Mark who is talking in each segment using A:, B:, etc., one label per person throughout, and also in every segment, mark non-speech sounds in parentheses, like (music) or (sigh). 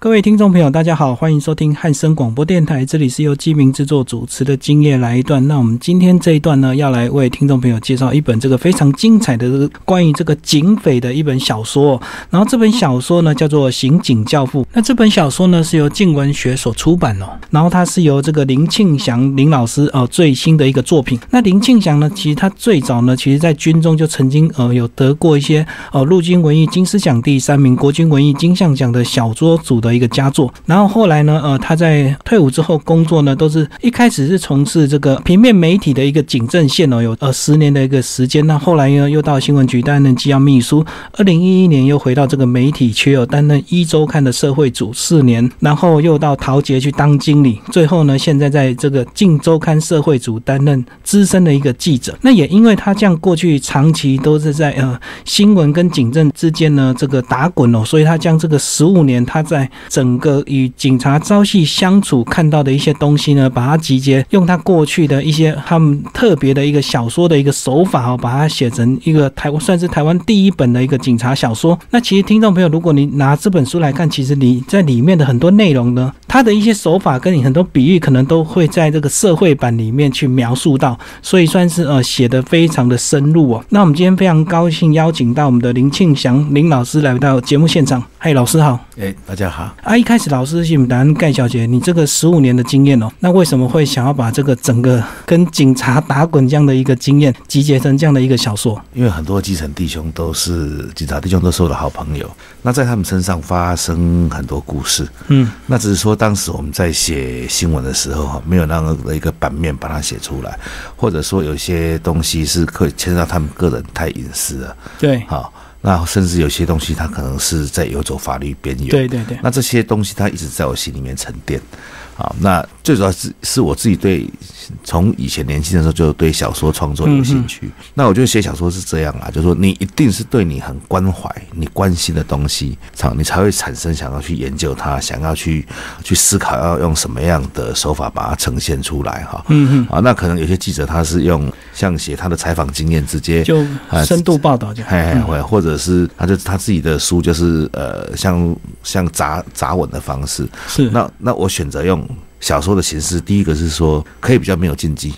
A: 各位听众朋友，大家好，欢迎收听汉声广播电台，这里是由基明制作主持的《今夜来一段》。那我们今天这一段呢，要来为听众朋友介绍一本这个非常精彩的这个关于这个警匪的一本小说哦。然后这本小说呢叫做《刑警教父》，那这本小说呢是由静文学所出版哦。然后它是由这个林庆祥林老师呃最新的一个作品。那林庆祥呢，其实他最早呢，其实在军中就曾经呃有得过一些呃陆军文艺金狮奖第三名、国军文艺金像奖的小说组的一个佳作。然后后来呢，呃，他在退伍之后工作呢，都是一开始是从事这个平面媒体的一个警政线哦，有呃十年的一个时间。那后来呢，又到新闻局担任机要秘书。二零一一年又回到这个媒体区哦，担任一周刊的社会组四年，然后又到陶杰去当经理。最后呢，现在在这个《镜周刊》社会组担任资深的一个记者。那也因为他这样过去长期都是在呃新闻跟警政之间呢这个打滚哦，所以他将这个十五年他在整个与警察朝夕相处看到的一些东西呢，把它集结，用他过去的一些他们特别的一个小说的一个手法哦，把它写成一个台算是台湾第一本的一个警察小说。那其实听众朋友，如果你拿这本书来看，其实你在里面的很多内容呢，它的一些手法跟你很多比喻，可能都会在这个社会版里面去描述到，所以算是呃写的非常的深入哦。那我们今天非常高兴邀请到我们的林庆祥林老师来到节目现场。嗨，老师好。
B: 哎、大家好，
A: 啊，一开始老师请答案盖小姐，你这个十五年的经验哦，那为什么会想要把这个整个跟警察打滚这样的一个经验集结成这样的一个小说？
B: 因为很多基层弟兄都是警察弟兄，都是我的好朋友。那在他们身上发生很多故事，
A: 嗯
B: 那只是说当时我们在写新闻的时候哈，没有那样的一个版面把它写出来，或者说有些东西是可牵涉到他们个人太隐私了，
A: 对
B: 好，那甚至有些东西它可能是在游走法律边缘，
A: 对对对，
B: 那这些东西它一直在我心里面沉淀。好，那最主要是是我自己对从以前年轻的时候就对小说创作有兴
A: 嗯
B: 趣。那我觉得写小说是这样啊，就是说你一定是对你很关怀、你关心的东西，才你才会产生想要去研究它，想要去去思考要用什么样的手法把它呈现出来哈。
A: 嗯嗯，
B: 啊，那可能有些记者他是用像写他的采访经验直接
A: 就
B: 啊
A: 深度报道这样。
B: 嘿嘿，会，或者是他就他自己的书，就是呃，像像杂杂文的方式。
A: 是，
B: 那那我选择用小说的形式，第一个是说可以比较没有禁忌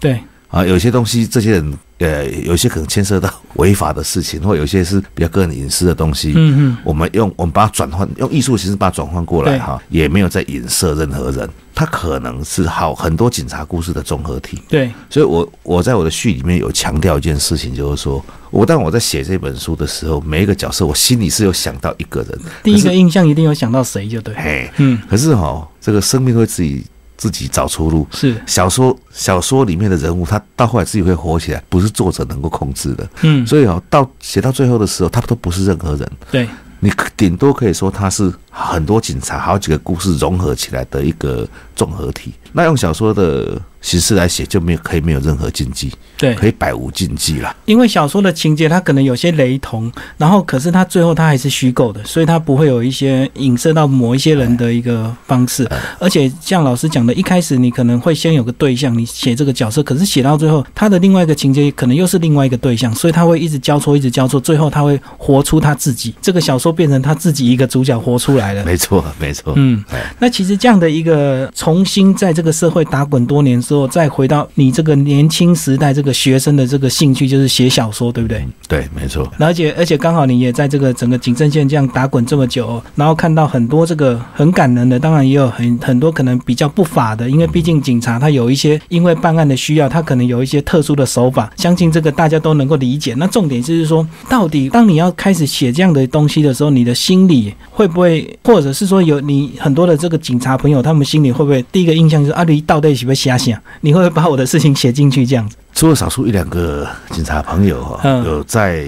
A: 对
B: 啊，有些东西这些人呃，有些可能牵涉到违法的事情，或有些是比较个人隐私的东西。
A: 嗯嗯，
B: 我们用我们把它转换，用艺术形式把它转换过来哈，也没有在影射任何人。它可能是好很多警察故事的综合体。
A: 对，
B: 所以我，我在我的序里面有强调一件事情，就是说，我当我在写这本书的时候，每一个角色，我心里是有想到一个人，
A: 第一
B: 可
A: 个
B: 是
A: 印象一定有想到谁就对。
B: 嘿，
A: 嗯，
B: 可是哈、这个生命会自己自己找出路。
A: 是，
B: 小说小说里面的人物，他到后来自己会活起来，不是作者能够控制的。
A: 嗯，
B: 所以哦，到写到最后的时候，他都不是任何人，
A: 对
B: 你可顶多可以说他是很多警察好几个故事融合起来的一个综合体。那用小说的形式来写，就没有可以没有任何禁忌。
A: 对，
B: 可以百无禁忌啦。
A: 因为小说的情节它可能有些雷同，然后可是它最后它还是虚构的，所以它不会有一些影射到某一些人的一个方式。
B: 哎
A: 而且像老师讲的，一开始你可能会先有个对象，你写这个角色，可是写到最后，他的另外一个情节可能又是另外一个对象，所以他会一直交错，一直交错，最后他会活出他自己。这个小说变成他自己一个主角活出来了。
B: 没错，没错。
A: 嗯
B: 哎，
A: 那其实这样的一个重新在这个社会打滚多年之后，再回到你这个年轻时代这个学生的这个兴趣，就是写小说，对不对？
B: 嗯对，没错。
A: 而且而且刚好你也在这个整个警政线这样打滚这么久哦、然后看到很多这个很感人的，当然也有很很多可能比较不法的，因为毕竟警察他有一些因为办案的需要，他可能有一些特殊的手法，相信这个大家都能够理解。那重点就是说，到底当你要开始写这样的东西的时候，你的心里会不会，或者是说有你很多的这个警察朋友，他们心里会不会第一个印象就是啊，你到底是不是瞎想？你会不会把我的事情写进去这样子？
B: 除了少数一两个警察朋友哈、
A: 嗯
B: 有在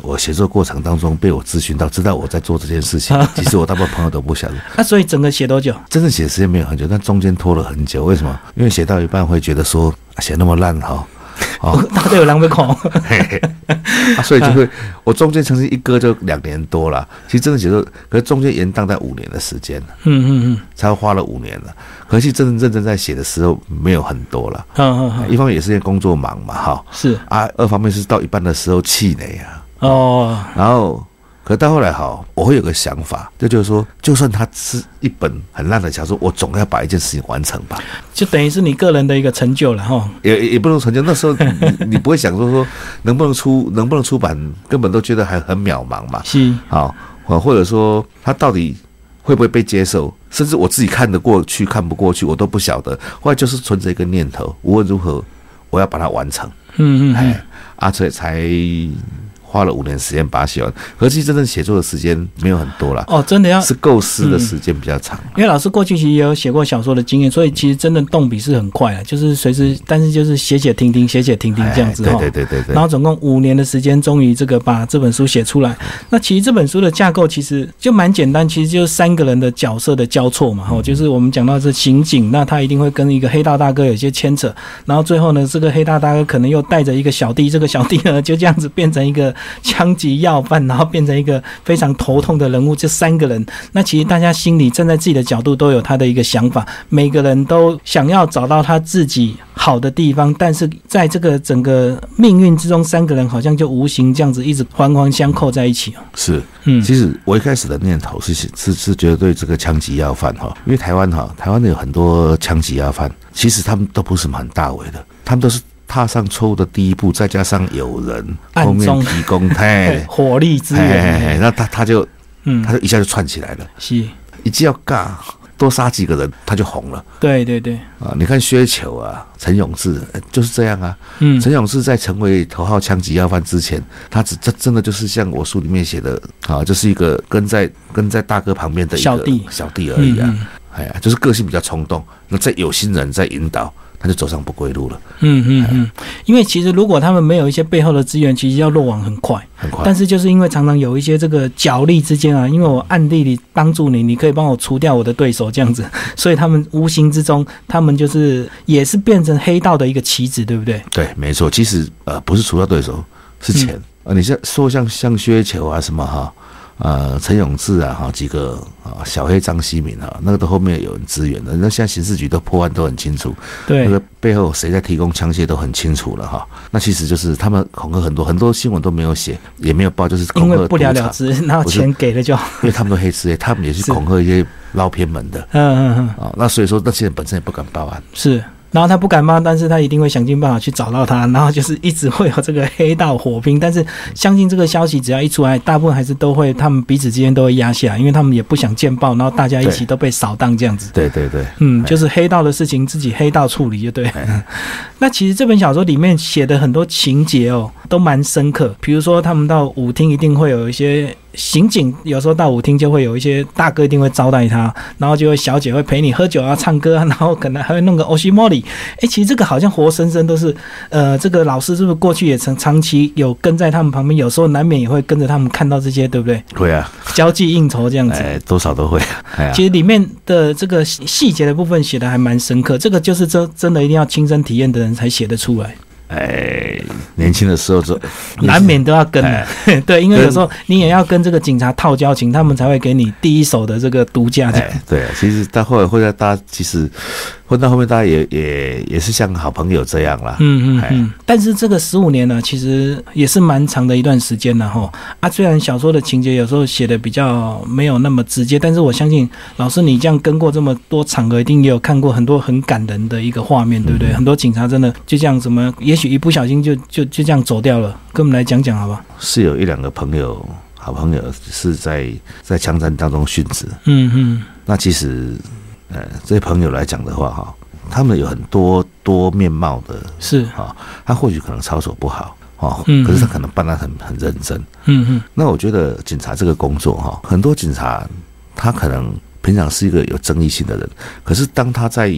B: 我写作过程当中被我咨询到，知道我在做这件事情。
A: 嗯
B: (laughs) 其实我大部分朋友都不晓得，
A: 那、啊所以整个写多久？，
B: 真正写的时间没有很久，但中间拖了很久。为什么？因为写到一半会觉得说啊写那么烂哈。哦
A: (laughs) 大家有狼狈 (laughs) 恐。
B: 嘿嘿啊所以就会，我中间曾经一搁就两年多了。其实真的写作，可是中间延宕在五年的时间，
A: 嗯嗯嗯。
B: 才花了五年了。可是真正认真在写的时候，没有很多了。
A: 嗯嗯嗯，
B: 啊一方面也是因为工作忙嘛，哈
A: 是
B: 啊；二方面是到一半的时候气馁啊，
A: 哦，
B: 然后可到后来好，我会有个想法，这就是说，就算它是一本很烂的小说，我总要把一件事情完成吧。
A: 就等于是你个人的一个成就了哈。
B: 也也也不能成就。那时候你 (laughs) 你不会想说说能不能出能不能出版，根本都觉得还很渺茫嘛。
A: 是，
B: 好，或或者说它到底会不会被接受，甚至我自己看得过去看不过去，我都不晓得。后来就是存着一个念头，无论如何我要把它完成。
A: 嗯嗯嗯，
B: 哎，阿翠才花了五年时间把它写完，可是真正写作的时间没有很多啦，
A: 哦，真的要，
B: 是构思的时间比较长。
A: 因为老师过去其实也有写过小说的经验，所以其实真的动笔是很快的，就是随时，但是就是写写停停，写写停嗯停这样子
B: 哎
A: 哈。
B: 对对对对对。
A: 然后总共五年的时间，终于这个把这本书写出来。那其实这本书的架构其实就蛮简单，其实就是三个人的角色的交错嘛。哈、就是我们讲到是刑警，那他一定会跟一个黑道大哥有些牵扯，然后最后呢，这个黑道大哥可能又带着一个小弟，这呃个小弟呢就这样子变成一个枪击要犯，然后变成一个呃非常头痛的人物。这三个人，呃那其实大家心里站在自己的角度都有他的一个想法，每个人都想要找到他自己好的地方，但是在这个整个命运之中，三个人好像就无形这样子一直环环相扣在一起哦。
B: 是，
A: 嗯
B: 其实我一开始的念头是是是觉得对这个枪击要犯哈，因为台湾哈，台湾有很多枪击要犯，其实他们都不是什么很大为的，他们都是踏上错误的第一步，再加上有人
A: 暗
B: 后面
A: 中，
B: 提供，哎
A: (laughs) 火力啊支
B: 哎
A: 援，，
B: 那他他就
A: 嗯
B: 他，就一下就串起来了，
A: 是，
B: 一既要尬，多杀几个人他就红了
A: 对对对，
B: 啊！你看薛球啊，陈永志呃就是这样啊，
A: 嗯，
B: 陈永志在成为头号枪击要犯之前，他只这真的就是像我书里面写的啊，就是一个跟在跟在大哥旁边的一个
A: 小弟
B: 小弟而
A: 嗯
B: 已啊。哎呀，就是个性比较冲动，那在有心人在引导，他就走上不归路了，
A: 嗯嗯嗯，因为其实如果他们没有一些背后的资源，其实要落网很快。
B: 很快。
A: 但是就是因为常常有一些这个角力之间啊，因为我暗地里帮助你，你可以帮我除掉我的对手这样子， (laughs) 所以他们无形之中，他们就是也是变成黑道的一个棋子，对不对？
B: 对，没错，其实呃不是除掉对手，是钱、
A: 嗯
B: 啊。你像说像像薛球啊什么哈，呃陈永志啊哈几个啊小黑张希敏啊，那个都后面有人支援的。那现在刑事局都破案都很清楚，那
A: 对
B: 个背后谁在提供枪械都很清楚了哈。那其实就是他们恐吓很多很多新闻都没有写，也没有报，就是
A: 因
B: 恐
A: 为
B: 吓
A: 不
B: 赌
A: 了
B: 场，
A: 了之，然后
B: 不是
A: 钱给了就好，
B: 因为他们都
A: (laughs)
B: 黑吃黑，他们也是
A: 是
B: 恐吓一些捞偏门的
A: 嗯嗯嗯，
B: 啊。那所以说那些人本身也不敢报案。
A: 是。然后他不敢骂，但是他一定会想尽办法去找到他，然后就是一直会有这个黑道火拼。但是相信这个消息只要一出来，大部分还是都会他们彼此之间都会压下来，因为他们也不想见报，然后大家一起
B: 对
A: 都被扫荡这样子。
B: 对对对，
A: 嗯，就是黑道的事情自己黑道处理就对。 (laughs) 那其实这本小说里面写的很多情节哦，都蛮深刻。比如说他们到舞厅一定会有一些刑警，有时候到舞厅就会有一些大哥一定会招待他，然后就会小姐会陪你喝酒啊、唱歌啊，然后可能还会弄个 o s h i m o r i 哎，其实这个好像活生生都是，呃，这个老师是不是过去也曾长期有跟在他们旁边，有时候难免也会跟着他们看到这些，对不对？
B: 会啊，
A: 交际应酬这样子。
B: 哎，多少都会。哎呀，
A: 其实里面的这个细细节的部分写的还蛮深刻，这个就是真真的一定要亲身体验的人才写得出来，
B: 哎，年轻的时候就
A: 难免都要跟的。 (laughs) 对，因为
B: 跟
A: 有时候你也要跟这个警察套交情，他们才会给你第一手的这个独家。
B: 哎，对，其实到后来会在大家其实混到后面，大家也也也是像好朋友这样啦。
A: 嗯嗯嗯，但是这个十五年呢，其实也是蛮长的一段时间了哈。啊，虽然小说的情节有时候写的比较没有那么直接，但是我相信老师你这样跟过这么多场合，一定也有看过很多很感人的一个画面，对不对？
B: 嗯
A: 很多警察真的就这样，怎么也许一不小心就就就这样走掉了，跟我们来讲讲好吧？
B: 是有一两个朋友，好朋友是在在枪战当中殉职。
A: 嗯嗯
B: 那其实，呃，这些朋友来讲的话，哈，他们有很多多面貌的
A: 是，
B: 哈，他或许可能操守不好哦
A: 嗯，
B: 可是他可能办得很很认真。
A: 嗯嗯
B: 那我觉得警察这个工作哈，很多警察他可能平常是一个有争议性的人，可是当他在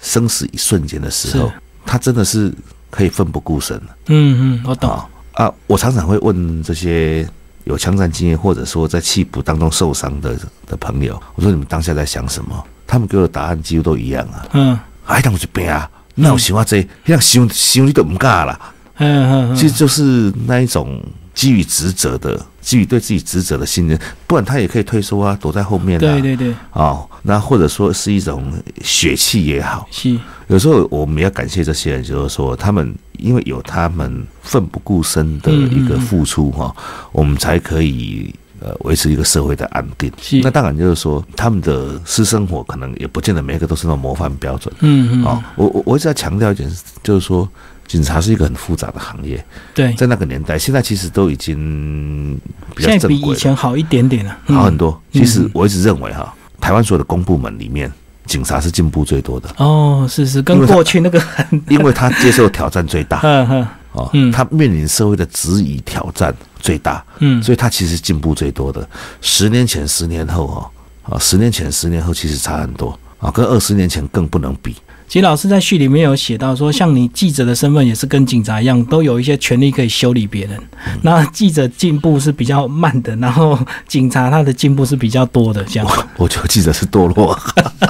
B: 生死一瞬间的时候
A: 是，
B: 他真的是可以奋不顾身的
A: 嗯嗯，我懂。
B: 啊啊！我常常会问这些有枪战经验或者说在弃捕当中受伤的的朋友，我说你们当下在想什么？他们给我的答案几乎都一样啊，
A: 嗯
B: 哎，当我就病啊，那我想啊这，那想想你都唔敢啦。
A: 嗯嗯，
B: 其实就是那一种基于职责的，基于对自己职责的信任，不然他也可以退缩啊，躲在后面啊，
A: 对对对，
B: 哦，那或者说是一种血气也好。
A: 是，
B: 有时候我们也要感谢这些人，就是说他们因为
A: 嗯
B: 哦有他们奋不顾身的一个付出哈、我们才可以呃维持一个社会的安定。
A: 是
B: 那当然就是说，他们的私生活可能也不见得每一个都是那种模范标准。
A: 嗯嗯，
B: 哦，我我我一直在强调一点，就是说，警察是一个很复杂的行业，
A: 对，
B: 在那个年代，现在其实都已经比较
A: 现在比
B: 正
A: 以
B: 规了，
A: 前好一点点了，嗯
B: 好很多。
A: 嗯
B: 其实我一直认为哈，台湾所有的公部门里面，警察是进步最多的，
A: 哦，是是，跟
B: 因为他
A: 过去那
B: (laughs)
A: 个很，
B: 因为他接受挑战最大
A: 嗯 (laughs) 嗯
B: 哦
A: 嗯，
B: 他面临社会的质疑挑战最大，
A: 嗯，
B: 所以他其实进步最多的。十年前、十年后哈，啊，十年前、十年后其实差很多啊，跟二十年前更不能比。 (laughs)
A: 其实老师在序里面有写到说，像你记者的身份也是跟警察一样，都有一些权利可以修理别人。
B: 嗯
A: 那记者进步是比较慢的，然后警察他的进步是比较多的，这
B: (laughs)
A: 样
B: 我我就记者是堕落， (laughs)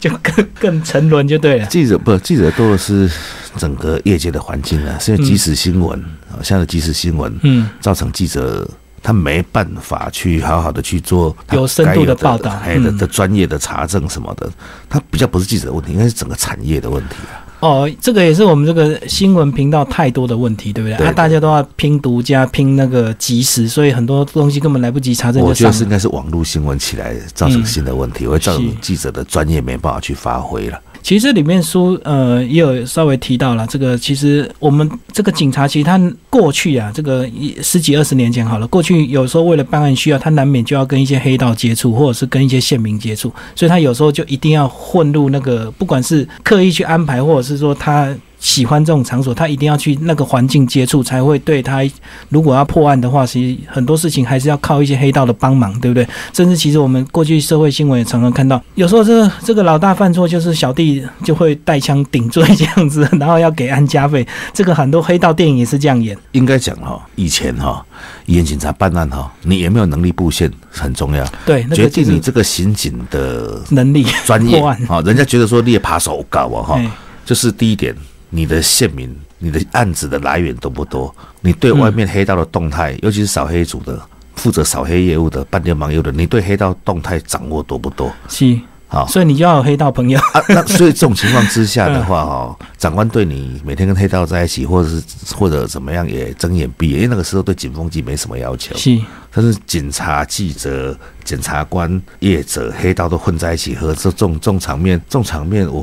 A: 就更更沉沦就对了。
B: 记者不，记者多的是整个业界的环境啊，是因为即时新闻啊，现在的即时新闻，
A: 嗯，
B: 造成记者他没办法去好好的去做他
A: 有深度的
B: 该有的
A: 报道
B: 还有的
A: 嗯
B: 的专业的查证什么的，他比较不是记者的问题，应该是整个产业的问题啊。
A: 哦，这个也是我们这个新闻频道太多的问题，对不对？
B: 对
A: 啊，大家都要拼独家、拼那个及时，所以很多东西根本来不及查证
B: 我
A: 就
B: 觉
A: 上
B: 得是应
A: 了。
B: 该是网络新闻起来造成
A: 嗯
B: 新的问题，会造
A: 是
B: 成记者的专业没办法去发挥了。
A: 其实这里面书呃也有稍微提到了这个，其实我们这个警察其实他过去啊，这个一十几二十年前好了，过去有时候为了办案需要，他难免就要跟一些黑道接触，或者是跟一些县民接触，所以他有时候就一定要混入那个，不管是刻意去安排，或者是说他。喜欢这种场所，他一定要去那个环境接触，才会对他。如果要破案的话，其实很多事情还是要靠一些黑道的帮忙，对不对？甚至其实我们过去社会新闻也常常看到，有时候这个这个老大犯错，就是小弟就会带枪顶罪这样子，然后要给安家费。这个很多黑道电影也是这样演。
B: 应该讲哈，以前哈，以前警察办案哈，你有没有能力布线很重要，
A: 对，那
B: 决
A: 个就
B: 定
A: 是
B: 你这个刑警的
A: 能力
B: 专业
A: 破案。
B: 啊。人家觉得说猎扒手高啊哈，
A: 哎
B: 就是第一点，你的县民、你的案子的来源多不多？你对外面黑道的动态，尤其是扫黑组的，负责扫黑业务的、半流氓业务的，你对黑道动态掌握多不多？
A: 是，
B: 好
A: 所以你就要有黑道朋友。
B: 啊，那所以这种情况之下的话，哈，长官对你每天跟黑道在一起，或者是或者怎么样，也睁眼闭眼，因为那个时候对警风纪没什么要求，
A: 是，
B: 但是警察、记者、检察官、业者、黑道都混在一起喝，这这种这种场面，这种场面我。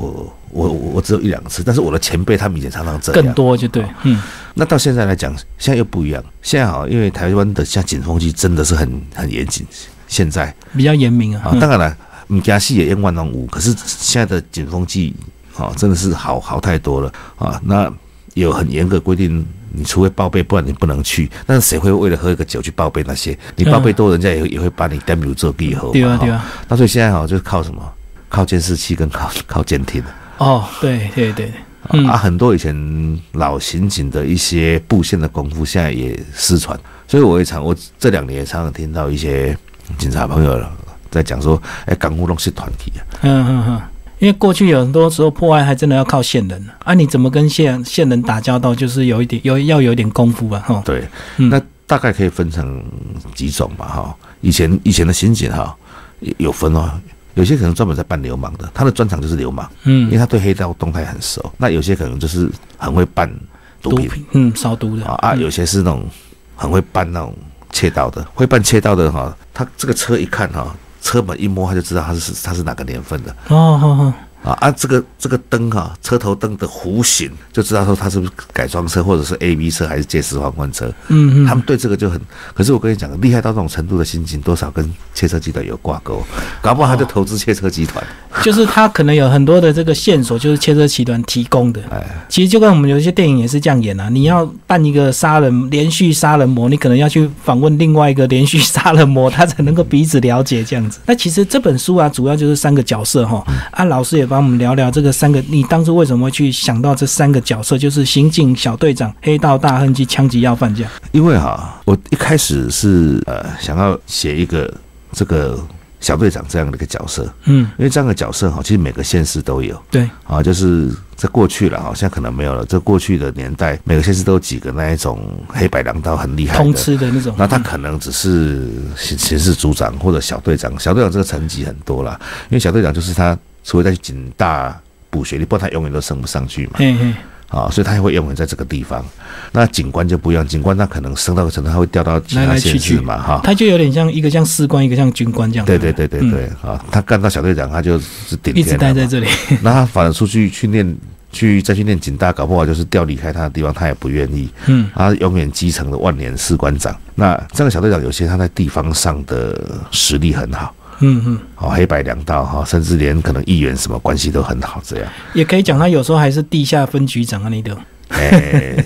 B: 我我我只有一两次，但是我的前辈他们以前常常这样，
A: 更多就对，嗯，
B: 那到现在来讲，现在又不一样。现在好，因为台湾的像警风机真的是很很严谨。现在
A: 比较严明啊。
B: 啊，当然了，唔加戏也用万能五，可是现在的警风机啊，真的是好好太多了啊。那有很严格规定，你除非报备，不然你不能去。但是谁会为了喝一个酒去报备那些？你报备多，人家也会也会把你 damn 做闭后。
A: 对啊，对
B: 哈。
A: 啊，
B: 那所以现在好就是靠什么？靠监视器跟靠靠监听。
A: 哦，对对对，嗯
B: 啊，很多以前老刑警的一些布线的功夫，现在也失传。所以我也常，我这两年也常常听到一些警察朋友在讲说，哎、港务弄是团体啊，
A: 嗯嗯嗯。因为过去有很多时候破案还真的要靠线人啊，你怎么跟线线人打交道，就是有一点有要有一点功夫吧，哈。
B: 对，
A: 嗯
B: 那大概可以分成几种吧，哈。以前以前的刑警哈有有分哦，有些可能专门在办流氓的，他的专长就是流氓，因为
A: 嗯，
B: 他对黑道动态很熟。那有些可能就是很会办毒
A: 毒
B: 品，
A: 品，嗯，少毒的
B: 啊啊，有些是那种很会办那种窃盗的，会办窃盗的哈、他这个车一看哈、车门一摸他就知道他是他是哪个年份的
A: 哦，好好，
B: 啊啊，这个这个灯哈、车头灯的弧形就知道说他是不是改装车或者是 A B 车还是借尸还魂车，
A: 嗯嗯，
B: 他们对这个就很，可是我跟你讲，厉害到这种程度的心情，多少跟窃车集团有挂钩，搞不好他就投资窃车集团，
A: 就是他可能有很多的这个线索，就是切车集团提供的。
B: 哎，
A: 其实就跟我们有一些电影也是这样演啊，你要办一个杀人连续杀人魔，你可能要去访问另外一个连续杀人魔，他才能够彼此了解这样
B: 嗯
A: 子。那其实这本书啊，主要就是三个角色哈。啊，老师也帮我们聊聊这个三个，你当初为什么会去想到这三个角色，就是刑警小队长、黑道大亨及枪击要犯这样。
B: 因为哈、我一开始是呃想要写一个这个小队长这样的一个角色，
A: 嗯，
B: 因为这样的角色哈，其实每个县市都有
A: 对，
B: 啊，就是在过去了哈，现在可能没有了。在过去的年代，每个县市都有几个那一种黑白两道很厉害
A: 通
B: 的。
A: 吃的那种。
B: 那他可能只是刑刑事组长或者小队长，小队长这个层级很多啦，因为小队长就是他除非在警大补学历，不然他永远都升不上去嘛。
A: 嘿嘿，
B: 啊，所以它也会永远在这个地方。那景观就不一样，景观它可能升到个程度，它会掉到其
A: 来
B: 他
A: 来
B: 县
A: 去
B: 市
A: 去
B: 嘛，哈。
A: 它就有点像一个像士官，一个像军官这样。
B: 对对对对对，啊，他干到小队长，他就是顶
A: 嗯 (laughs) 一直
B: 天
A: 待
B: 了
A: 在
B: 嘛。
A: 这里。
B: 那他反而出去去念，去再去念警大，搞不好就是调离开他的地方，他也不愿意。
A: (laughs) 嗯，
B: 他永远基层的万年士官长。那这个小队长有些他在地方上的实力很好，
A: 嗯嗯，
B: 哦，黑白两道哈，甚至连可能议员什么关系都很好，这样。
A: 也可以讲他有时候还是地下分局长啊，那的。
B: 哎、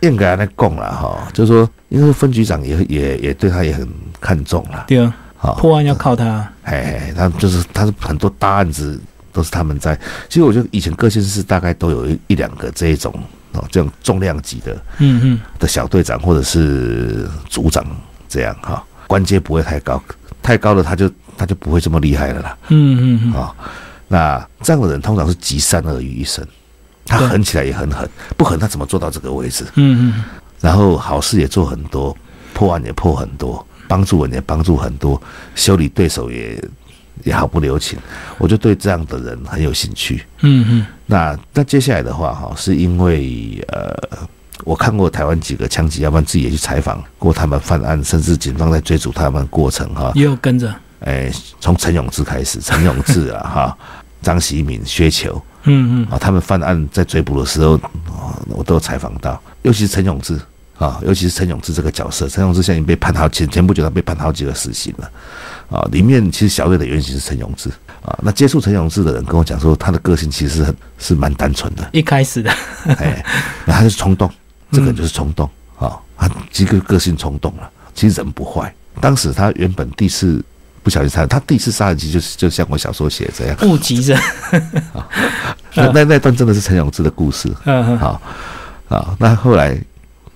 B: 应该来供了哈，哦就是说，因为分局长也也也对他也很看重啦。
A: 对啊，
B: 好、
A: (laughs) 破案要靠他。
B: 哎，他们就是他是很多大案子都是他们在。其实我觉得以前各县市大概都有一一两个这一种哦，这种重量级的
A: 嗯嗯，
B: 的小队长或者是组长这样哈、官阶不会太高，太高了他就他就不会这么厉害了啦
A: 嗯嗯
B: 啊、那这样的人通常是集善恶于一身，他
A: 对
B: 狠起来也很狠，不狠他怎么做到这个位置？
A: 嗯嗯
B: 然后好事也做很多，破案也破很多，帮助人也帮助很多，修理对手也也毫不留情。我就对这样的人很有兴趣。
A: 嗯嗯
B: 那那接下来的话哈，是因为呃，我看过台湾几个枪击要犯，自己也去采访过他们犯案，甚至警方在追逐他们的过程哈
A: 嗯，。也有跟着。
B: 哎，从陈永志开始， (laughs) 陈永志啊哈，张习敏、薛球
A: 嗯嗯，
B: 啊，他们犯案在追捕的时候，哦我都有采访到，尤其是陈永志啊，尤其是陈永志这个角色，陈永志现在已经被判好前前不久他被判好几个死刑了啊。里面其实小队的原型是陈永志啊，那接触陈永志的人跟我讲说，他的个性其实很是蛮单纯的
A: 一开始的。
B: 哎，那他就是冲动，这个人就是冲动啊，他这个个性冲动了，其实人不坏。当时他原本第四不小心杀人，他第四杀人其实就是就像我小说写的这样，
A: 不急
B: (laughs)
A: 着，
B: 那
A: 嗯
B: 那那段真的是陈永志的故事。
A: 嗯嗯，
B: 好啊，那后来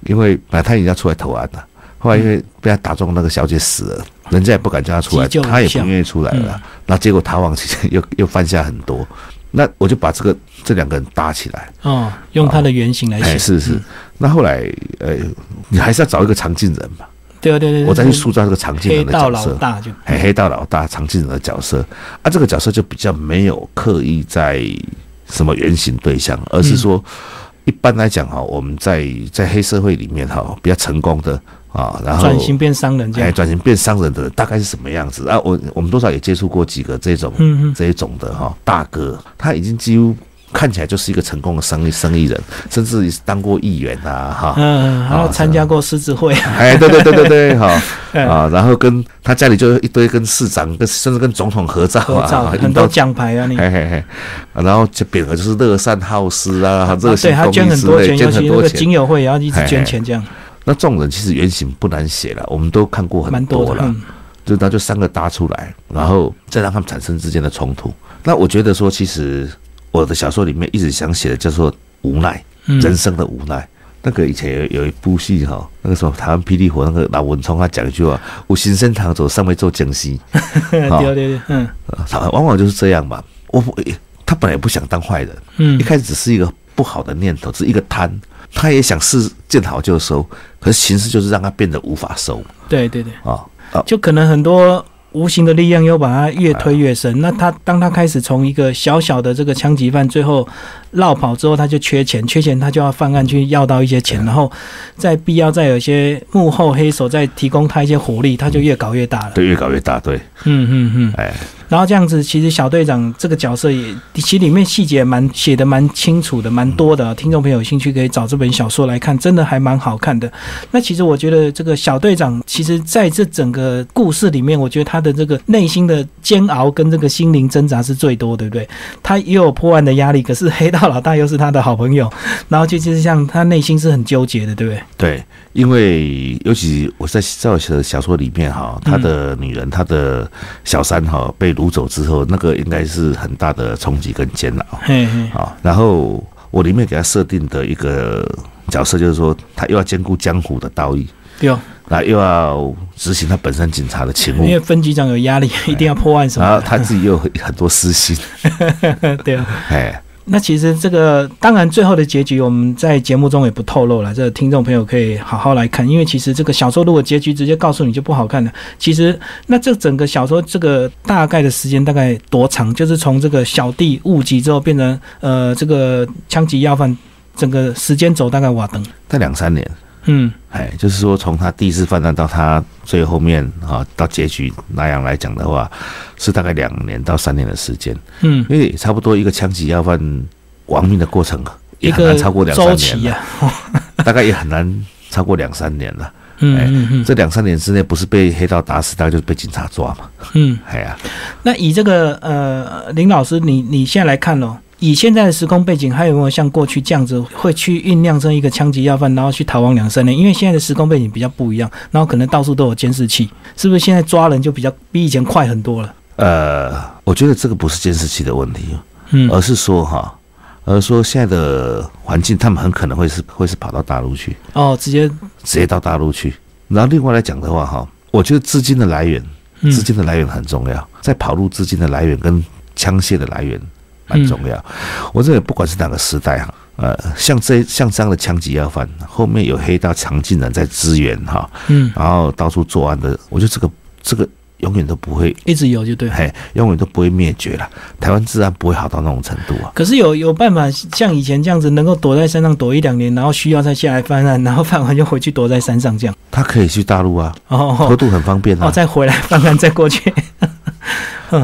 B: 因为本来他已经要出来投案了，后来因为被他打中，那个小姐死了，人家也不敢叫他出来，
A: 急救
B: 他也
A: 一下嗯
B: 不愿意出来了。那结果他往期间 (laughs) 又又犯下很多，那我就把这个这两个人搭起来，
A: 哦，用他的原型来
B: 哎，
A: 写，
B: 是是。那后来呃，你还是要找一个常进人嘛，
A: 对对对，
B: 我再去
A: 就是
B: 塑造这个常
A: 嗯
B: 进
A: 黑
B: 人的
A: 道
B: 角
A: 老
B: 色。
A: 大就，
B: 黑黑道老大常进人的角色，啊，这个角色就比较没有刻意在什么原型对象，而
A: 嗯
B: 是说，一般来讲哈，我们在在黑社会里面哈，比较成功的啊，然后
A: 转型变商人这
B: 哎
A: 样，
B: 转型变商人的人大概是什么样子啊？我我们多少也接触过几个这种、
A: 嗯嗯
B: 这一种的哈大哥，他已经几乎看起来就是一个成功的生意生意人，甚至当过议员啊哈，
A: 嗯，然后
B: 啊
A: 参加过狮子会，啊
B: (laughs) 哎，对对对
A: (laughs)
B: 对对，好
A: 嗯
B: 啊，然后跟他家里就一堆跟市长、跟甚至跟总统合照
A: 合
B: 啊，
A: 照
B: 啊
A: 很多，奖牌啊，
B: 一
A: 你
B: 到嘿嘿嘿，啊然后就匾额就是乐善好施啊，热
A: 啊对
B: 心
A: 他
B: 公
A: 捐
B: 益
A: 很
B: 之
A: 多
B: 类，
A: 钱，尤
B: 捐
A: 其
B: 很
A: 那
B: 多
A: 个
B: 钱
A: 警。友会也要一直
B: 嘿
A: 捐
B: 嘿
A: 钱这样，
B: 那这种人其实原型不难写了，我们都看过
A: 蛮
B: 很
A: 多的，
B: 了，
A: 嗯
B: 就那就三个搭出来，然后再让他们产生之间的冲突。那我觉得说，其实我的小说里面一直想写的叫做无奈。
A: 嗯，
B: 人生的无奈。那个以前有有一部戏哈，那个时候台湾霹雳火那个老文聪他讲一句话：“我行深堂走，尚未做江西。
A: (laughs) 对
B: 好
A: 对对，嗯
B: 啊”往往就是这样嘛。我不他本来也不想当坏人，
A: 嗯
B: 一，开始只是一个不好的念头，只是一个贪，他也想是见好就收，可是形势就是让他变得无法收
A: 对对对，
B: 啊啊！
A: 就可能很多。无形的力量又把他越推越深。那他当他开始从一个小小的这个枪击犯，最后落跑之后，他就缺钱，缺钱他就要犯案去要到一些钱，然后再必要再有一些幕后黑手再提供他一些火力，他就越搞越大了。
B: 嗯对，越搞越大，对，
A: 嗯嗯嗯。
B: 哎，
A: 然后这样子，其实小队长这个角色也，其实里面细节也蛮写的蛮清楚的，蛮多的。听众朋友有兴趣可以找这本小说来看，真的还蛮好看的。那其实我觉得这个小队长，其实在这整个故事里面，我觉得他的这个内心的煎熬跟这个心灵挣扎是最多，对不对？他也有破案的压力，可是黑道老大又是他的好朋友，然后就就是像他内心是很纠结的，对不对？
B: 对，因为尤其我在在我写的小说里面哈，他的女人，他的小三哈被掳走之后，那个应该是很大的冲击跟煎熬
A: 嘿嘿，
B: 啊。然后我里面给他设定的一个角色就是说，他又要兼顾江湖的道义，
A: 对哦，
B: 那又要执行他本身警察
A: (laughs)
B: 的勤务
A: 因，为分局长有压力， (laughs) 一定要破案什
B: 然
A: 么
B: 后他自己又有很很多私心，
A: 的，对啊。
B: 哎，
A: 那其实这个当然最后的结局我们在节目中也不透露了，这个听众朋友可以好好来看，因为其实这个小说如果结局直接告诉你就不好看了。其实那这整个小说这个大概的时间大概多长？就是从这个小弟误击之后变成呃这个枪击要犯。整个时间轴大概瓦等，
B: 但两三年，
A: 嗯
B: 哎，就是说从他第一次犯案到他最后面啊，到结局那样来讲的话，是大概两年到三年的时间，
A: 嗯，
B: 因为差不多一个枪击要犯亡命的过程啊，
A: 一
B: 也很难
A: 个
B: 超过两
A: 周
B: 三年 (laughs)
A: 期啊
B: 了，
A: 呀、
B: 大概也很难超过两三年了。
A: 嗯
B: 哎
A: 嗯嗯
B: 这两三年之内不是被黑道打死，大概就是被警察抓嘛。
A: 嗯。
B: 哎呀、
A: 那以这个呃林老师，你你现在来看哦，以现在的时空背景，还有没有像过去这样子会去酝酿成一个枪击要犯，然后去逃亡两三年？因为现在的时空背景比较不一样，然后可能到处都有监视器，是不是现在抓人就比较比以前快很多了？
B: 呃，我觉得这个不是监视器的问题，
A: 嗯
B: 而是说哈，而是说现在的环境，他们很可能会是会是跑到大陆去，
A: 哦，直接
B: 直接到大陆去。然后另外来讲的话哈，我觉得资金的来源，
A: 嗯
B: 资金的来源很重要，在跑路资金的来源跟枪械的来源蛮重要。
A: 嗯
B: 我认为不管是哪个时代哈，呃，像这像这样的枪击要犯，后面有黑道常进人在支援哈，
A: 嗯
B: 然后到处作案的，我觉得这个这个永远都不会，
A: 一直有就对了。
B: 嘿，永远都不会灭绝了。台湾治安不会好到那种程度啊。
A: 可是有有办法像以前这样子，能够躲在山上躲一两年，然后需要再下来犯案，然后犯完就回去躲在山上这样。
B: 他可以去大陆啊，偷
A: 哦
B: 渡很方便
A: 哦，
B: 啊。
A: 再回来犯案再过去。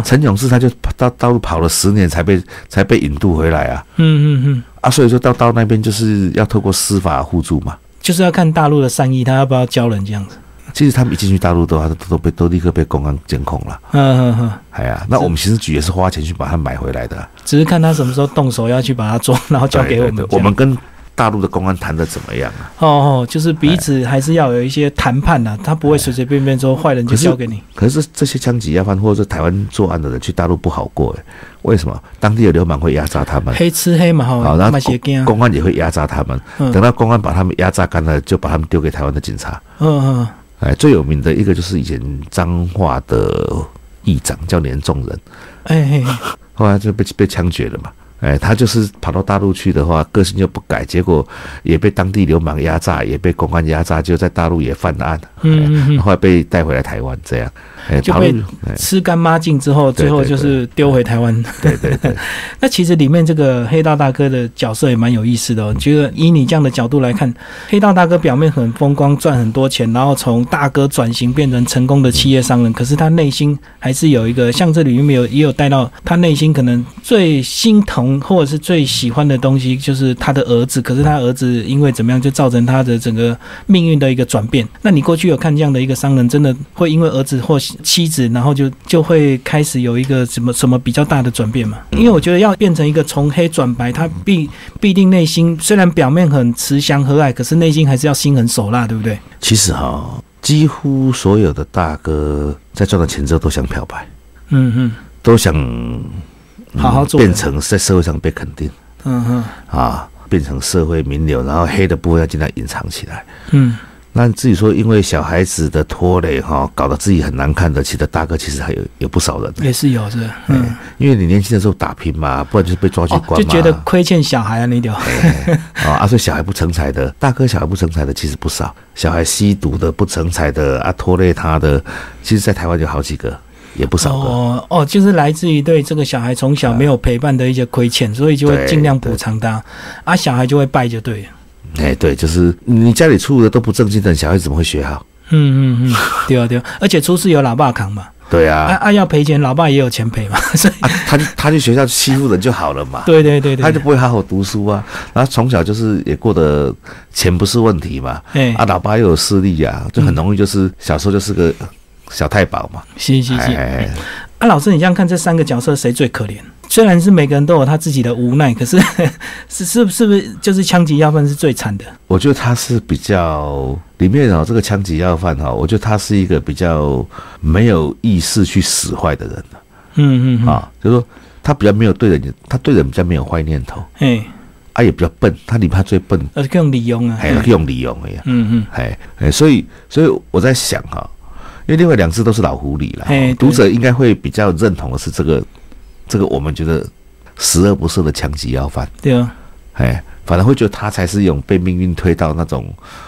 B: 陈永志他就到大陆跑了十年才被才被引渡回来啊
A: (laughs) 嗯嗯嗯，
B: 啊，所以说到到那边就是要透过司法互助嘛。
A: 就是要看大陆的善意，他要不要教人这样子。
B: 其实他们一进去大陆的话，都都被都立刻被公安监控了。
A: 嗯嗯嗯。
B: 哎呀，那我们刑事局也是花钱去把它买回来的啊，
A: 只是看他什么时候动手要去把它抓，然后交给我们
B: 对对
A: 这
B: 对我
A: 样。
B: 们跟大陆的公安谈的怎么样啊？
A: 哦哦，就是彼此还是要有一些谈判呐、他不会随随便便说坏人就交给你。
B: 哎可是这些枪击要犯或者是台湾作案的人去大陆不好过、欸，为什么？当地的流氓会压榨他们，
A: 黑吃黑嘛，
B: 哎好，
A: 哈，
B: 然后
A: 卖鞋
B: 公
A: 干。
B: 公安也会压榨他们。
A: 嗯
B: 等到公安把他们压榨干了，就把他们丢给台湾的警察。
A: 嗯嗯
B: 哎，最有名的一个就是以前彰化的议长叫连仲仁，
A: 哎哎，
B: 后来就被被枪决了嘛。哎，他就是跑到大陆去的话，个性又不改，结果也被当地流氓压榨，也被公安压榨，就在大陆也犯案，
A: 嗯嗯嗯，
B: 后来被带回来台湾这样。哎，
A: 就
B: 跑
A: 被
B: 路，哎
A: 吃干抹净之后，
B: 对对
A: 最后就是丢回台湾。
B: 对对对，
A: (laughs) 那其实里面这个黑道大哥的角色也蛮有意思的、哦。觉得以你这样的角度来看，黑道大哥表面很风光，赚很多钱，然后从大哥转型变成成功的企业商人，可是他内心还是有一个，像这里面有也有带到他内心可能最心疼或者是最喜欢的东西，就是他的儿子。可是他儿子因为怎么样，就造成他的整个命运的一个转变。那你过去有看这样的一个商人，真的会因为儿子或妻子，然后就就会开始有一个什么什么比较大的转变吗？因为我觉得要变成一个从黑转白，他必必定内心虽然表面很慈祥和蔼，可是内心还是要心狠手辣，对不对？
B: 其实哈、几乎所有的大哥在赚了钱之后都想漂白，
A: 嗯嗯
B: 都想、
A: 好好做人
B: 嗯变成在社会上被肯定
A: 嗯嗯
B: 啊，变成社会名流，然后黑的部分要尽量隐藏起来。
A: 嗯，
B: 那自己说，因为小孩子的拖累哈、搞得自己很难看的，其实大哥其实还有有不少人，
A: 也是有是吧，嗯，
B: 因为你年轻的时候打拼嘛，不然就是被抓去
A: 哦
B: 关嘛，
A: 就觉得亏欠小孩啊，你丢，
B: 啊啊，所以小孩不成才的，大哥小孩不成才的其实不少，小孩吸毒的不成才的啊，拖累他的，其实在台湾有好几个，也不 (laughs) 少个。
A: 哦哦，就是来自于对这个小孩从小没有陪伴的一些亏欠，所以就会
B: 对
A: 尽量补偿他，啊，小孩就会败就对了。
B: 哎，对，就是你家里出的都不正经的，小孩子怎么会学好？
A: 嗯嗯
B: (laughs)
A: 嗯，对啊对啊，而且出事有老爸扛嘛，
B: 对
A: 啊
B: 啊，
A: 啊要赔钱，老爸也有钱赔嘛， (laughs) 所以
B: 啊，他就他去学校欺负人就好了嘛，
A: 对对对
B: 他就
A: 对，
B: 不会好好读书啊。然后从小就是也过得钱不是问题嘛，
A: 哎
B: 啊，，老爸又有势力啊，就很容易就是小时候就是个小太保嘛。
A: 行行行，
B: 哎，
A: 啊老师你这样看这三个角色谁最可怜？虽然是每个人都有他自己的无奈，可是 (laughs) 是是是不是就是枪击要犯是最惨的？
B: 我觉得他是比较里面哦，这个枪击要犯哈、哦，我觉得他是一个比较没有意识去使坏的人
A: 嗯嗯嗯，
B: 啊，就是说他比较没有对人，他对人比较没有坏念头。
A: 哎，
B: 啊，也比较笨，他里面他最笨，
A: 呃更利用啊，
B: 还要用理用哎呀，
A: 嗯嗯，
B: 哎哎，所以所以我在想哈、因为另外两只都是老狐狸
A: 嘿
B: 了，
A: 对
B: 读者应该会比较认同的是这个这个我们觉得十恶不赦的枪击要犯，
A: 对啊，
B: 哎，反而会觉得他才是一种被命运推到那种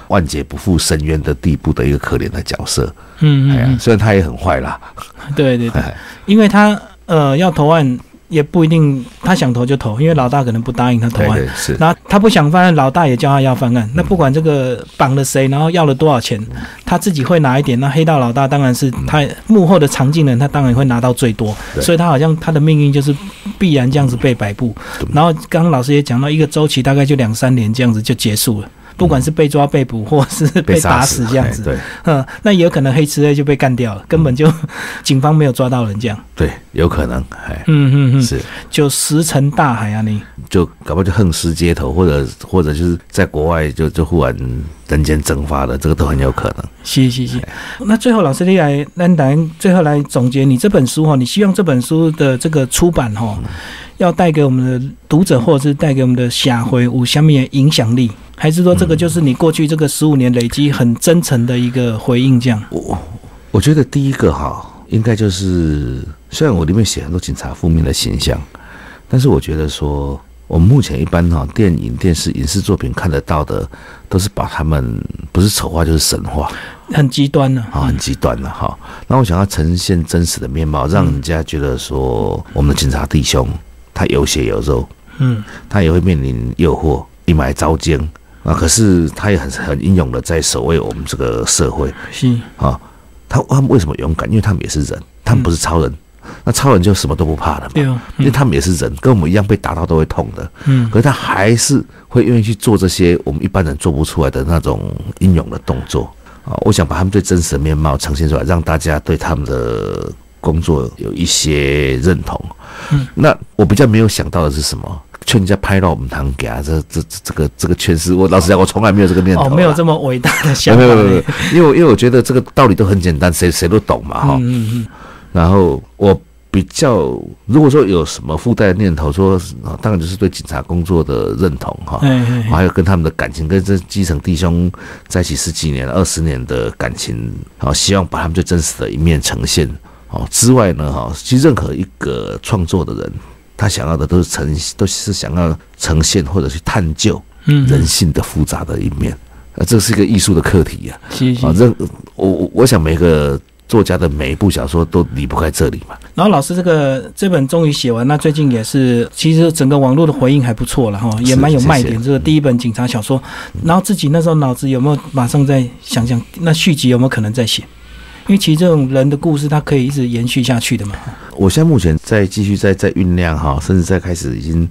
B: 万劫不复深渊的地步的一个可怜的角色，
A: 嗯
B: 哎
A: 嗯
B: 呀，虽然他也很坏啦，
A: 嗯，对对对。
B: 哎，
A: 因为他呃要投案，也不一定他想投就投，因为老大可能不答应他投
B: 对
A: 案。
B: 对是，
A: 然后他不想犯案，老大也叫他要犯案。那不管这个绑了谁，然后要了多少钱，他自己会拿一点。那黑道老大当然是他幕后的常进人，他当然会拿到最多。
B: 嗯对
A: 所以他好像他的命运就是必然这样子被摆布
B: 对。
A: 然后刚刚老师也讲到，一个周期大概就两三年这样子就结束了。不管是被抓、被捕，或是被
B: 嗯杀
A: 打死这样子，
B: 哎对
A: 嗯，那也有可能黑吃黑就被干掉了，根本就 (laughs) 警方没有抓到人这样。
B: 对，有可能，哎，
A: 嗯嗯嗯，
B: 是，
A: 就石沉大海啊你。
B: 就搞不好就横尸街头，或者或者就是在国外就就忽然人间蒸发了，这个都很有可能。
A: 是是是，
B: 哎
A: 那最后老师你来，咱来最后来总结你这本书哈，你希望这本书的这个出版哈，
B: 嗯
A: 要带给我们的读者或者是带给我们的下回有下面影响力，还是说这个就是你过去这个十五年累积很真诚的一个回应这样？
B: 我我觉得第一个哈，应该就是虽然我里面写很多警察负面的形象，但是我觉得说，我们目前一般哈电影、电视、影视作品看得到的，都是把他们不是丑化就是神化
A: 很极端呢、
B: 啊，很极端的哈。那我想要呈现真实的面貌，让人家觉得说，我们的警察弟兄他有血有肉，
A: 嗯
B: 他也会面临诱惑，一买招奸啊。可是他也很很英勇的在守卫我们这个社会
A: 是
B: 啊。他他们为什么勇敢？因为他们也是人，他们不是超人。那超人就什么都不怕了嘛，
A: 对哦，
B: 因为
A: 嗯
B: 他们也是人，跟我们一样被打到都会痛的。
A: 嗯
B: 可是他还是会愿意去做这些我们一般人做不出来的那种英勇的动作啊！我想把他们最真实的面貌呈现出来，让大家对他们的工作有一些认同。
A: 嗯，
B: 那我比较没有想到的是什么？劝人家拍到我们堂给啊，这这这这个这个劝是我老实讲，我从来没有这个念头啊、
A: 哦，没有这么伟大的想
B: 没
A: 法
B: 有没有没有没
A: 呢
B: 有，，因为我因为我觉得这个道理都很简单，谁谁都懂嘛哈。
A: 嗯嗯
B: 然后我比较，如果说有什么附带的念头说，啊当然就是对警察工作的认同哈。
A: 嗯，哎哎，
B: 还有跟他们的感情，跟这基层弟兄在一起十几年、二十年的感情，好、希望把他们最真实的一面呈现。哦，之外呢，哈、其实任何一个创作的人，他想要的都是呈，都是想要呈现或者去探究
A: 嗯，
B: 人性的复杂的一面。呃，这是一个艺术的课题呀、
A: 是是
B: 啊。。任我我我想每个作家的每一部小说都离不开这里嘛。
A: 然后老师这个这本终于写完，那最近也是，其实整个网络的回应还不错了哈，也蛮有卖点。
B: 谢谢
A: 这个第一本警察小说，然后自己那时候脑子有没有马上在想想，那续集有没有可能再写？因为其实这种人的故事，它可以一直延续下去的嘛。
B: 我现在目前在继续在在酝酿哈，甚至在开始已经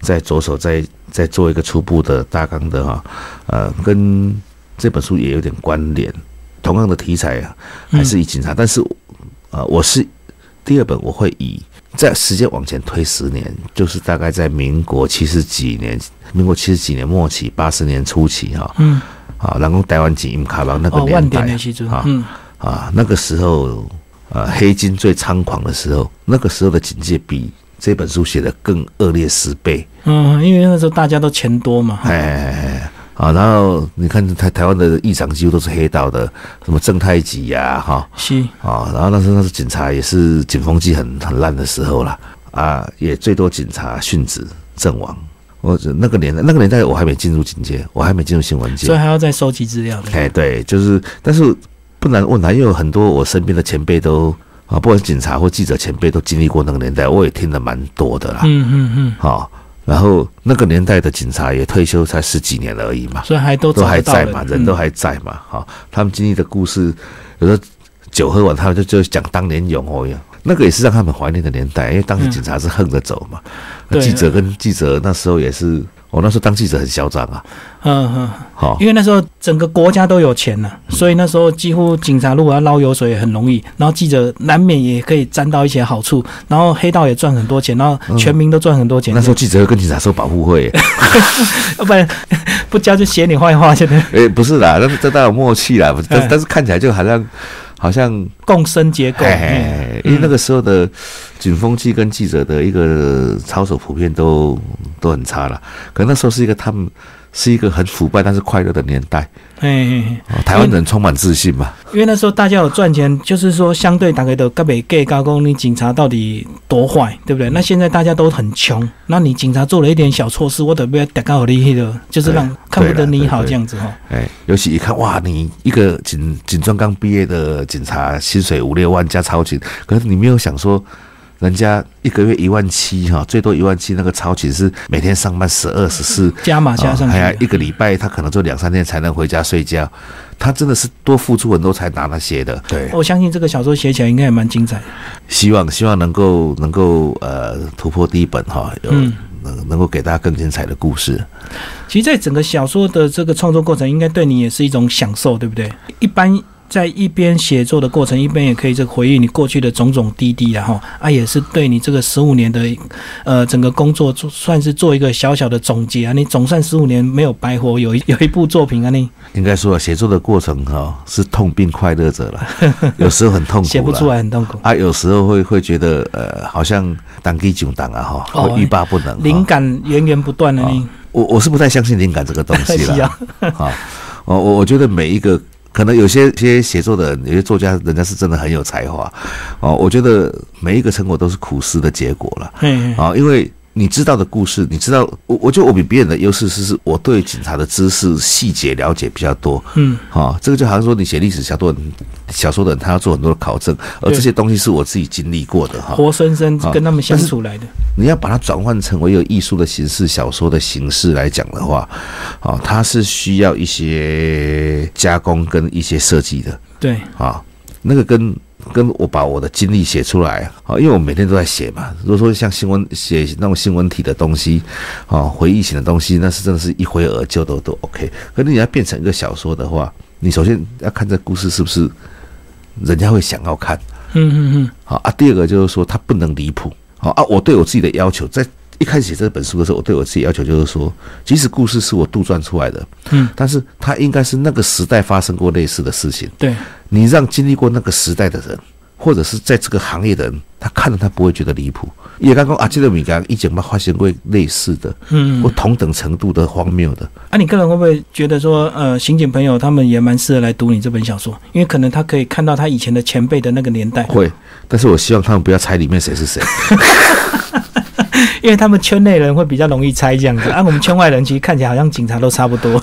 B: 在着手在在做一个初步的大纲的哈，呃，跟这本书也有点关联，同样的题材啊，还
A: 嗯
B: 是以警察，但是呃，我是第二本我会以在时间往前推十年，就是大概在民国七十几年，民国七十几年末期，八十年初期哈
A: 嗯，
B: 啊，然后台湾警银卡邦那个
A: 哦，万
B: 年
A: 点
B: 代
A: 的其中
B: 啊，
A: 嗯，
B: 啊，那个时候，呃，黑金最猖狂的时候，那个时候的警戒比这本书写的更恶劣十倍。
A: 嗯，因为那时候大家都钱多嘛，
B: 哎哎哎，哎啊，然后你看台台湾的议长几乎都是黑道的，什么正太级呀、哈
A: 是，
B: 啊，然后那时候那时候警察也是警风气很很烂的时候啦，啊，也最多警察殉职阵亡。我那个年代，那个年代我还没进入警戒，我还没进入新闻界
A: 所以，还要再收集资料的。
B: 哎，对，就是，但是不难问他，因为有很多我身边的前辈都啊，不管是警察或记者前辈都经历过那个年代，我也听得蛮多的啦。
A: 嗯嗯嗯，
B: 好、然后那个年代的警察也退休才十几年而已嘛，
A: 所以还都
B: 都
A: 找
B: 还
A: 不到嗯
B: 在嘛，人都还在嘛。好、他们经历的故事，有时候酒喝完，他们就就讲当年勇哦呀。那个也是让他们怀念的年代，因为当时警察是横着走嘛，
A: 嗯对嗯
B: 记者跟记者那时候也是，我、那时候当记者很嚣张啊，
A: 嗯嗯。
B: 好、
A: 因为那时候整个国家都有钱了、
B: 嗯
A: 所以那时候几乎警察如果要捞油水也很容易，然后记者难免也可以沾到一些好处，然后黑道也赚很多钱，然后全民都赚很多钱。
B: 嗯那时候记者会跟警察收保护费，
A: (laughs) 要不然不交就写你坏话，现
B: (laughs)
A: 在
B: 诶、不是啦，那这当然有默契啦，不是但
A: 哎
B: 但是看起来就好像好像，
A: 共生结构。嗯
B: 哎，因为那个时候的警风气跟记者的一个操守普遍都都很差啦。可那时候是一个他们是一个很腐败但是快乐的年代，
A: 哎哎，
B: 哦台湾人充满自信嘛，
A: 因为那时候大家有赚钱，就是说相对大概都根本 gay 高工，你警察到底多坏，对不对？那现在大家都很穷，那你警察做了一点小错事，我得不要打到我厉害的，就是让
B: 对
A: 看不得
B: 对啦
A: 你
B: 对
A: 好
B: 对
A: 这样子哦哈。
B: 哎，尤其一看哇，你一个警警专刚毕业的警察，薪水五六万加超勤，可是你没有想说。人家一个月一万七哈，最多一万七，那个超起是每天上班十二十四，
A: 加码啊加上去
B: 哎
A: 的
B: 呀，一个礼拜他可能就两三天才能回家睡觉，他真的是多付出很多才拿那些的。
C: 对，
A: 我相信这个小说写起来应该也蛮精彩的。
B: 希望希望能够能够呃突破第一本哈，有
A: 嗯
B: 能能够给大家更精彩的故事。
A: 其实，在整个小说的这个创作过程，应该对你也是一种享受，对不对？一般在一边写作的过程，一边也可以这个回忆你过去的种种滴滴，然后啊，也是对你这个十五年的呃整个工作做算是做一个小小的总结啊。你总算十五年没有白活，有一有一部作品啊，你
B: 应该说写作的过程哈、是痛并快乐着
A: (laughs)
B: 了，有时候很痛苦啦
A: 写不出来很痛苦，
B: 啊，有时候会会觉得呃好像当机囧当啊哈，
A: 哦
B: 会欲罢不能。哈
A: 灵感源源不断的啊
B: 啊
A: 你。
B: 我我是不太相信灵感这个东西
A: (laughs) 是
B: 了 (laughs)
A: 啊。
B: 好，我我我觉得每一个可能有些些写作的人，有些作家，人家是真的很有才华哦。我觉得每一个成果都是苦思的结果了
A: 嗯，
B: 啊，因为。你知道的故事，你知道我，我觉得我比别人的优势是，是我对警察的知识细节了解比较多。
A: 嗯，
B: 好、这个就好像说你写历史小说，小说的人他要做很多的考证，而
A: 对
B: 这些东西是我自己经历过的哈。
A: 活生生
B: 好
A: 跟他们相处来的，
B: 你要把它转换成为有艺术的形式、小说的形式来讲的话，啊、它是需要一些加工跟一些设计的
A: 对，
B: 啊、那个跟跟我把我的经历写出来啊、因为我每天都在写嘛。如果说像新闻写那种新闻体的东西啊、回忆型的东西，那是真的是一挥而就都都 OK。可是你要变成一个小说的话，你首先要看这故事是不是人家会想要看。
A: 嗯嗯嗯，
B: 好啊，第二个就是说它不能离谱。好啊，我对我自己的要求，在一开始写这本书的时候，我对我自己要求就是说，即使故事是我杜撰出来的，
A: 嗯，
B: 但是它应该是那个时代发生过类似的事情，
A: 对，嗯
B: 你让经历过那个时代的人，或者是在这个行业的人，他看了他不会觉得离谱。也刚刚啊，这个米刚一讲嘛，发生过类似的
A: 嗯。
B: 或同等程度的荒谬的，
A: 啊，你个人会不会觉得说，呃，刑警朋友他们也蛮适合来读你这本小说，因为可能他可以看到他以前的前辈的那个年代，
B: 会。但是我希望他们不要猜里面
A: (laughs)
B: 谁是谁。
A: 因为他们圈内人会比较容易猜这样子，啊，我们圈外人其实看起来好像警察都差不多，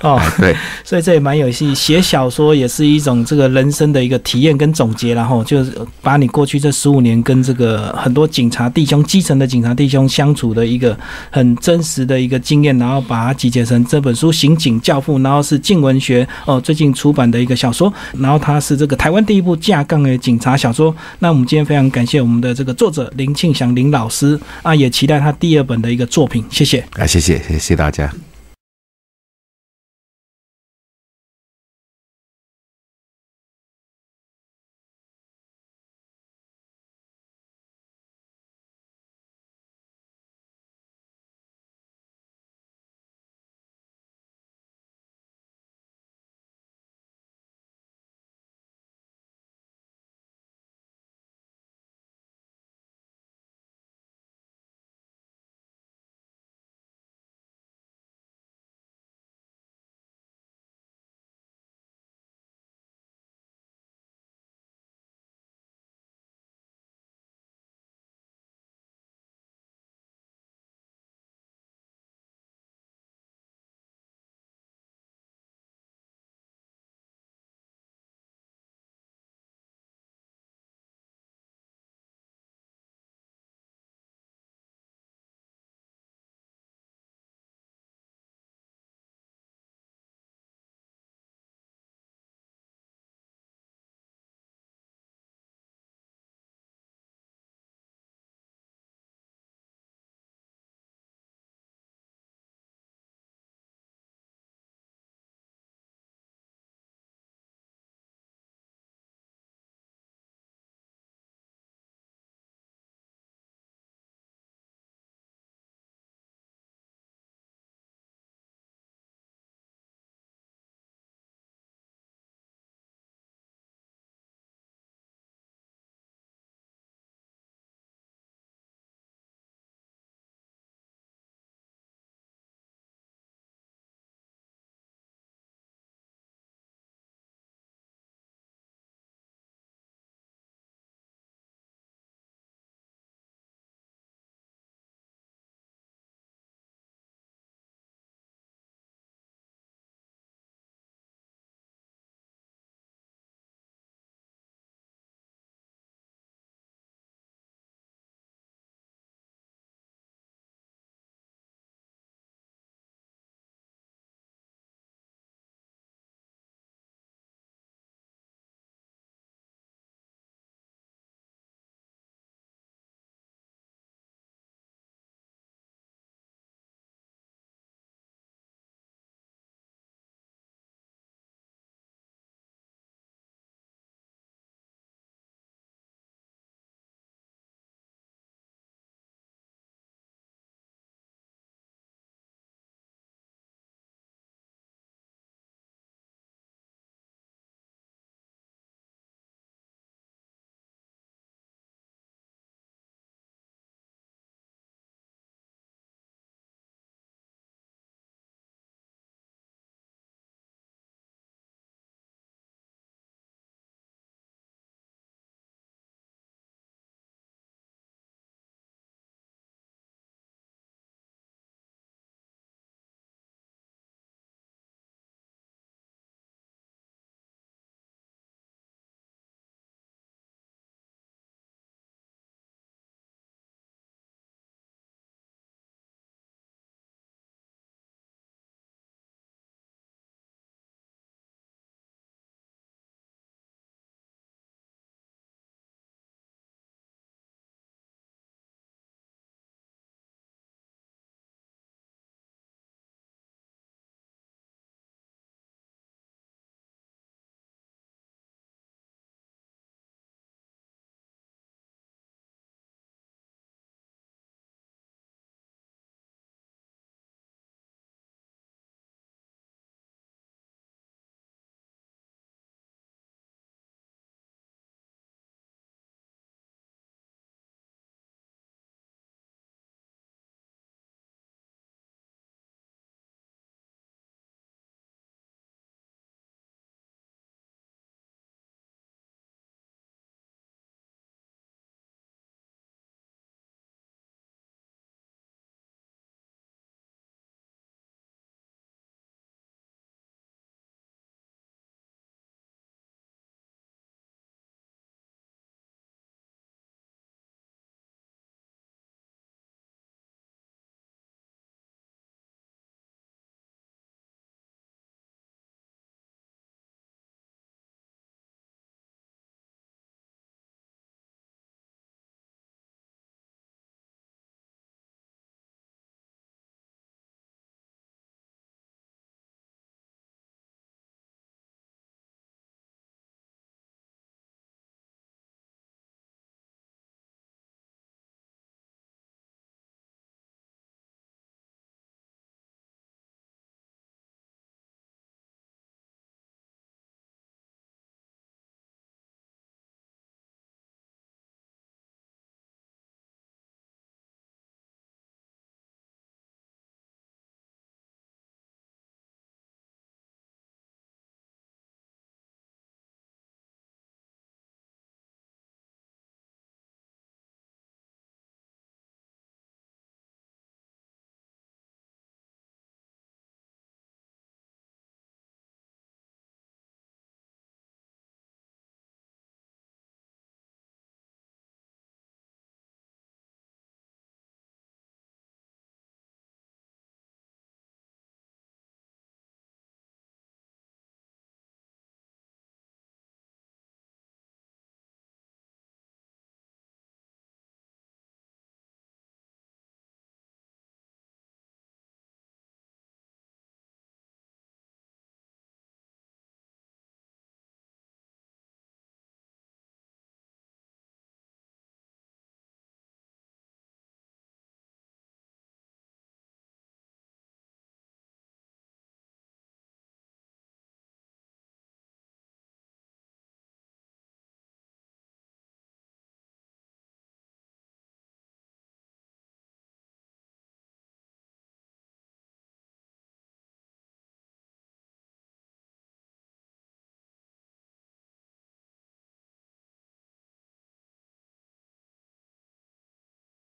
A: 哦，
B: 对，
A: 所以这也蛮有戏。写小说也是一种这个人生的一个体验跟总结啦，然后就是把你过去这十五年跟这个很多警察弟兄、基层的警察弟兄相处的一个很真实的一个经验，然后把它集结成这本书《刑警教父》，然后是静文学哦最近出版的一个小说，然后它是这个台湾第一部架杠的警察小说。那我们今天非常感谢我们的这个作者林庆祥林老师啊，也期待他第二本的一个作品，谢谢。
B: 啊，谢谢，谢谢大家。